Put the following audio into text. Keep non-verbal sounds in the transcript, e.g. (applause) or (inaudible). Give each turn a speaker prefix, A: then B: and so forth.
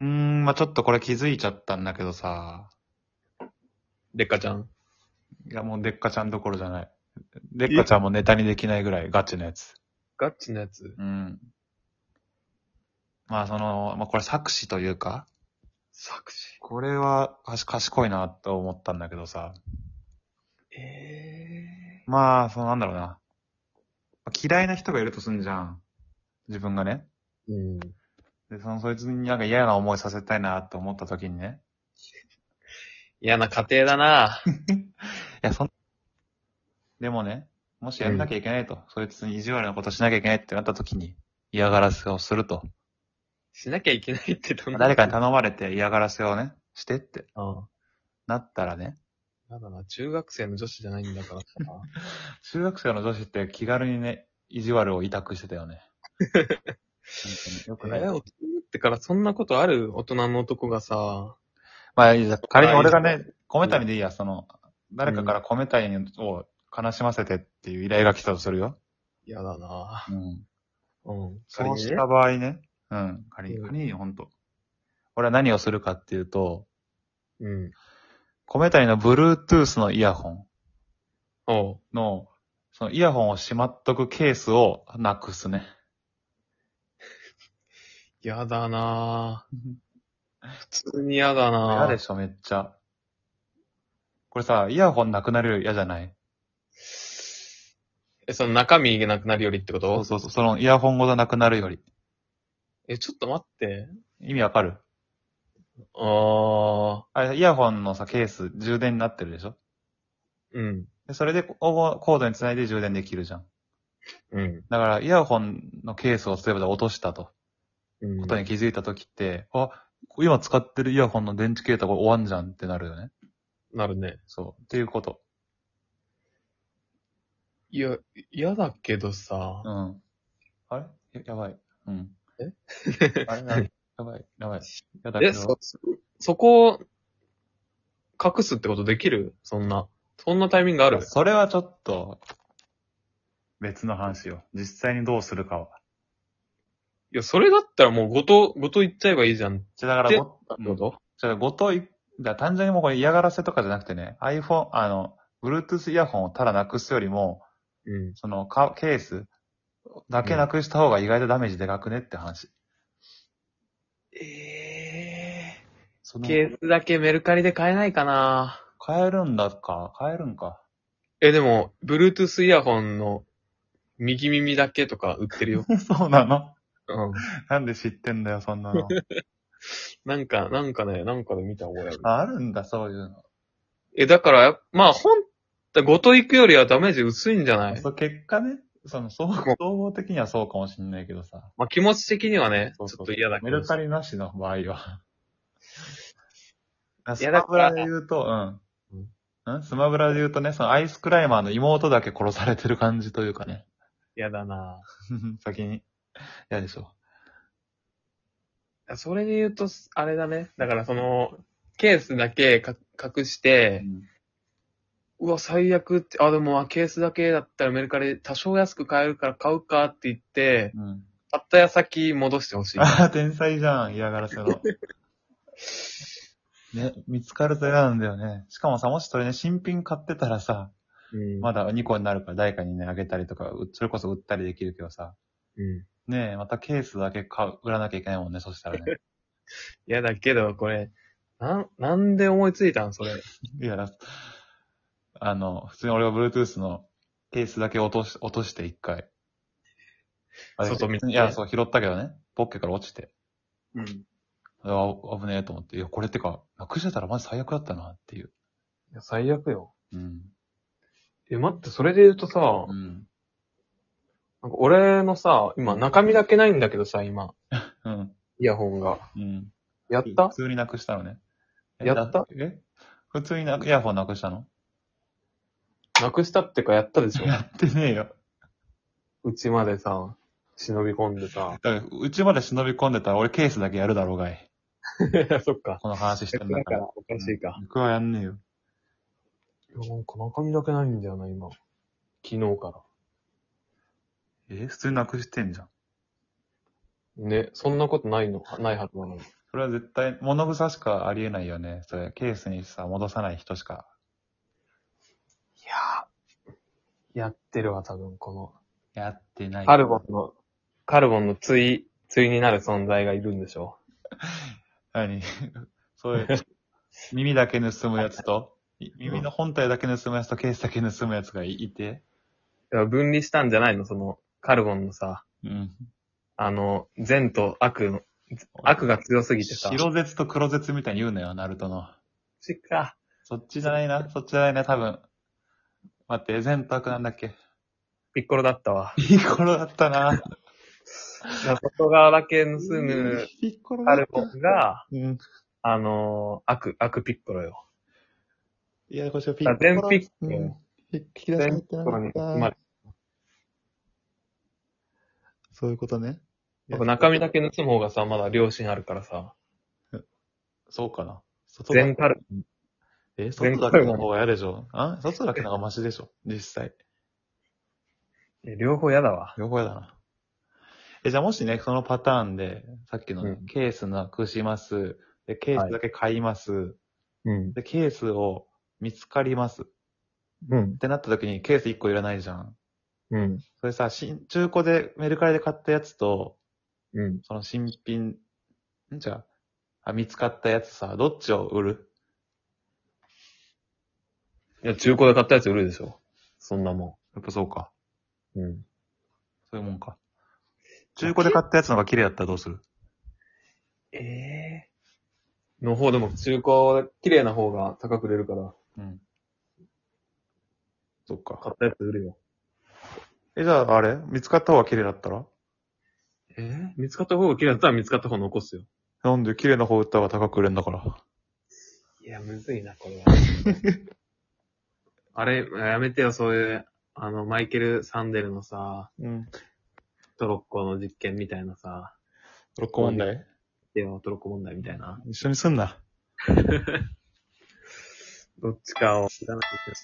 A: うーん、まあちょっとこれ気づいちゃったんだけどさ。
B: でっかちゃん。
A: いや、もうデッカちゃんどころじゃない。デッカちゃんもネタにできないぐらいガチのやつ。
B: ガッチのやつ。
A: うん。まあその、まあこれ作詞というか、
B: 作詞。
A: これはかし賢いなと思ったんだけどさ。
B: え
A: まあ、そのなんだろうな。嫌いな人がいるとすんじゃん。自分がね。
B: えうん。
A: で、その、そいつになんか嫌な思いさせたいなと思った時にね。
B: 嫌な家庭だな (laughs)
A: いや、そん、でもね、もしやんなきゃいけないと、そいつに意地悪なことしなきゃいけないってなった時に、嫌がらせをすると。
B: しなきゃいけないってどんな
A: 誰かに頼まれて嫌がらせをね、してって
B: うん。
A: なったらね、
B: やだな、中学生の女子じゃないんだか
A: (laughs)
B: らさ。
A: 中学生の女子って気軽にね、意地悪を委託してた (laughs) よね。本当によくない。
B: えー、大人になってからそんなことある大人の男がさ、
A: まあ、じゃあ仮に俺がね、米谷でいいや、その、誰かから米谷を悲しませてっていう依頼が来たとするよ。
B: 嫌だな
A: うん。
B: うん。
A: そうし
B: 仮にね
A: た場合ね。うん。仮に、
B: うん
A: 仮に、ほんと。俺は何をするかっていうと、
B: うん。
A: 米谷の Bluetooth のイヤホン
B: おう。
A: の、そのイヤホンをしまっとくケースをなくすね。
B: 嫌だな普通に嫌だな
A: 嫌でしょ、めっちゃ。これさ、イヤホンなくなるより嫌じゃない
B: え、その中身なくなるよりってこ
A: そ
B: と
A: うそうそう、そのイヤホンごとなくなるより。
B: え、ちょっと待って。
A: 意味わかる
B: ああ、
A: あれ、イヤホンのさ、ケース、充電になってるでしょ
B: うん。
A: で、それでココードにつないで充電できるじゃん。
B: うん。
A: だから、イヤホンのケースを例えばじゃあ落としたと、
B: うん
A: ことに気づいた時って、あ、今使ってるイヤホンの電池切れたこれ終わんじゃんってなるよね。
B: なるね。
A: そう。っていうこと。
B: いや、嫌だけどさ
A: う。ん。あれややばい。うん。
B: え
A: (laughs) あれなやばい、やばい。やだけ
B: え、
A: ど
B: そ、、そこを隠すってことできるそんな。そんなタイミングある
A: それはちょっと、別の話よ。実際にどうするかは。
B: いや、それだったらもうごと、ごと言っちゃえばいいじゃん。
A: じゃあだから
B: で
A: ご、
B: ってこと
A: じゃあ、ごとい、だ単純にもうこれ嫌がらせとかじゃなくてね、iPhone、あの、Bluetooth イヤホンをただなくすよりも、
B: うん。
A: そのか、ケースだけなくした方が意外とダメージでかくねって話。
B: え
A: そ
B: ー
A: の、
B: ケースだけメルカリで買えないかな
A: 変えるんだか、変えるんか。 (laughs)
B: え、でも、Bluetooth イヤホンの右耳だけとか売ってるよ。
A: そうなの
B: うん。
A: なんで知ってんだよ、そんな
B: (laughs)
A: の。
B: なんか、なんかね、なんかで見た覚えある。
A: ああるんだ、そういうの。
B: え、だからや、まあ、本、ごと行くよりはダメージ薄いんじゃない
A: そう結果ね、その、総合総合的にはそうかもしんないけどさ。
B: まあ、気持ち的にはね、ちょ
A: そうそ
B: っ
A: う
B: と嫌だけ
A: メ
B: ど
A: ル。カリなしの場合は。あス
B: やだ
A: マ
B: か
A: ブ
B: ら
A: ラで言うと、うん。んスマブラで言うとね、そのアイスクライマーの妹だけ殺されてる感じというかね。
B: 嫌だな
A: 先に。嫌でしょ。
B: それで言うと、あれだね。だからその、ケースだけか隠して、うわ、最悪って、あ、でも、あケースだけだったらメルカリ多少安く買えるから買うかって言って、
A: うん。
B: 買った矢先戻してほしい。
A: ああ、天才じゃん、嫌がらせの。ね、見つかると嫌なんだよね。しかもさ、もしそれね、新品買ってたらさ、
B: うん
A: まだ2個になるから誰かにね、あげたりとか、うそれこそ売ったりできるけどさ、
B: うん。
A: ねえ、またケースだけ買う、売らなきゃいけないもんね、そしたら
B: (laughs)
A: ね。
B: 嫌だけど、これ、なん、なんで思いついたんそれ。
A: いや、あの、普通に俺は Bluetooth のケースだけ落とし、落として一回。あれ
B: 外見て
A: いや、そう、拾ったけどね。ポッケから落ちて。
B: うん。
A: うわ危ねえと思って。いや、これってか、なくしてたらマジ最悪だったなっていう。
B: 最悪よ。
A: うん。
B: え、待って、それで言うとさ、
A: うん。
B: なんか俺のさ、今、中身だけないんだけどさ、今、
A: うん。
B: イヤホンが。
A: うん。
B: やっ
A: 普
B: た
A: 通になくしたのね。え
B: やった
A: え普通になイヤホンなくしたの
B: なくしたってか、やったでしょ
A: やってねえよ。
B: うちまでさ、忍び込んでさ。
A: だから、うちまで忍び込んでたら俺ケースだけやるだろうがい。
B: (laughs) そっか。
A: この話してんだか。
B: だかららおかしいか。
A: 僕はやんねえよ。
B: いや、なんか中身だけないんだよな、今。昨日から。
A: え普通になくしてんじゃん。
B: ね、そんなことないの、ないはずなのに。
A: それは絶対、物草しかありえないよね。それ、ケースにさ、戻さない人しか。
B: いやーやってるわ、多分、この、
A: やってない。
B: カルボンの、カルボンの対、対になる存在がいるんでしょ
A: 何 (laughs) そういう、耳だけ盗むやつと、い耳の本体だけ盗むやつとケースだけ盗むやつがいいて。
B: う。いや分離したんじゃないのその、カルボンのさ、
A: うん。
B: あの、善と悪の、悪が強すぎてさ。
A: 白絶と黒絶みたいに言うのよ、ナルトの。
B: しか。
A: そっちじゃないな、そっちじゃないな、多分。待って、善と悪なんだっけ。 (laughs)
B: ピッコロだったわ。
A: いい頃だったな。
B: 外側だけ盗む
A: (laughs) いい頃
B: カ
A: だっ
B: ルボンが、
A: た。うん。
B: あのー悪、悪ピッコロよ。
A: いや、こっちはピ
B: だから全ピッコ
A: うん
B: ロ、
A: 引き出し
B: 全
A: に
B: ピ
A: 行
B: ッ
A: って
B: コロ
A: な
B: に
A: か
B: 生
A: っ
B: まれ
A: た。そういうことね。
B: やっぱ中身だけ盗む方がさ、まだ良心あるからさ、
A: そうかな。外だ
B: 全カル、
A: え、
B: 全
A: 外だけの方が嫌でしょあ外だけの方がマシでしょ実際。
B: え両方嫌だわ。
A: 両方やだな。え、じゃあもしね、そのパターンで、さっきのね、
B: うん
A: ケースなくします。で、ケースだけ買います。
B: うん。
A: で、ケースを見つかります。っ
B: うん。
A: てなった時にケース1個いらないじゃん。
B: うん。
A: それさ、新、中古でメルカリで買ったやつと、
B: うん。
A: その新品、んじゃあ、あ、見つかったやつさ、どっちを売る
B: いや、中古で買ったやつ売るでしょ。そんなも
A: やっぱそうか。
B: ん。うん。
A: そういうもんか。中古で買ったやつの方が綺麗だったらどうする
B: ええの方でも中古、綺麗な方が高く売れるから、
A: うん。そっか。
B: 買ったやつ売るよ。
A: え、じゃあ、あれ見つかった方が綺麗だったら
B: ええ見つかった方が綺麗だったら見つかった方残すよ。
A: なんで綺麗な方売った方が高く売れんだから。
B: いや、むずいな、これは。 (laughs) あれ、やめてよ、そういう、あの、マイケル・サンデルのさ、
A: うん。
B: トロッコの実験みたいなさ、
A: 6個問題
B: ではトロッコ問題みたいな。
A: 一緒にすんな。
B: どっちかを知らないといけない。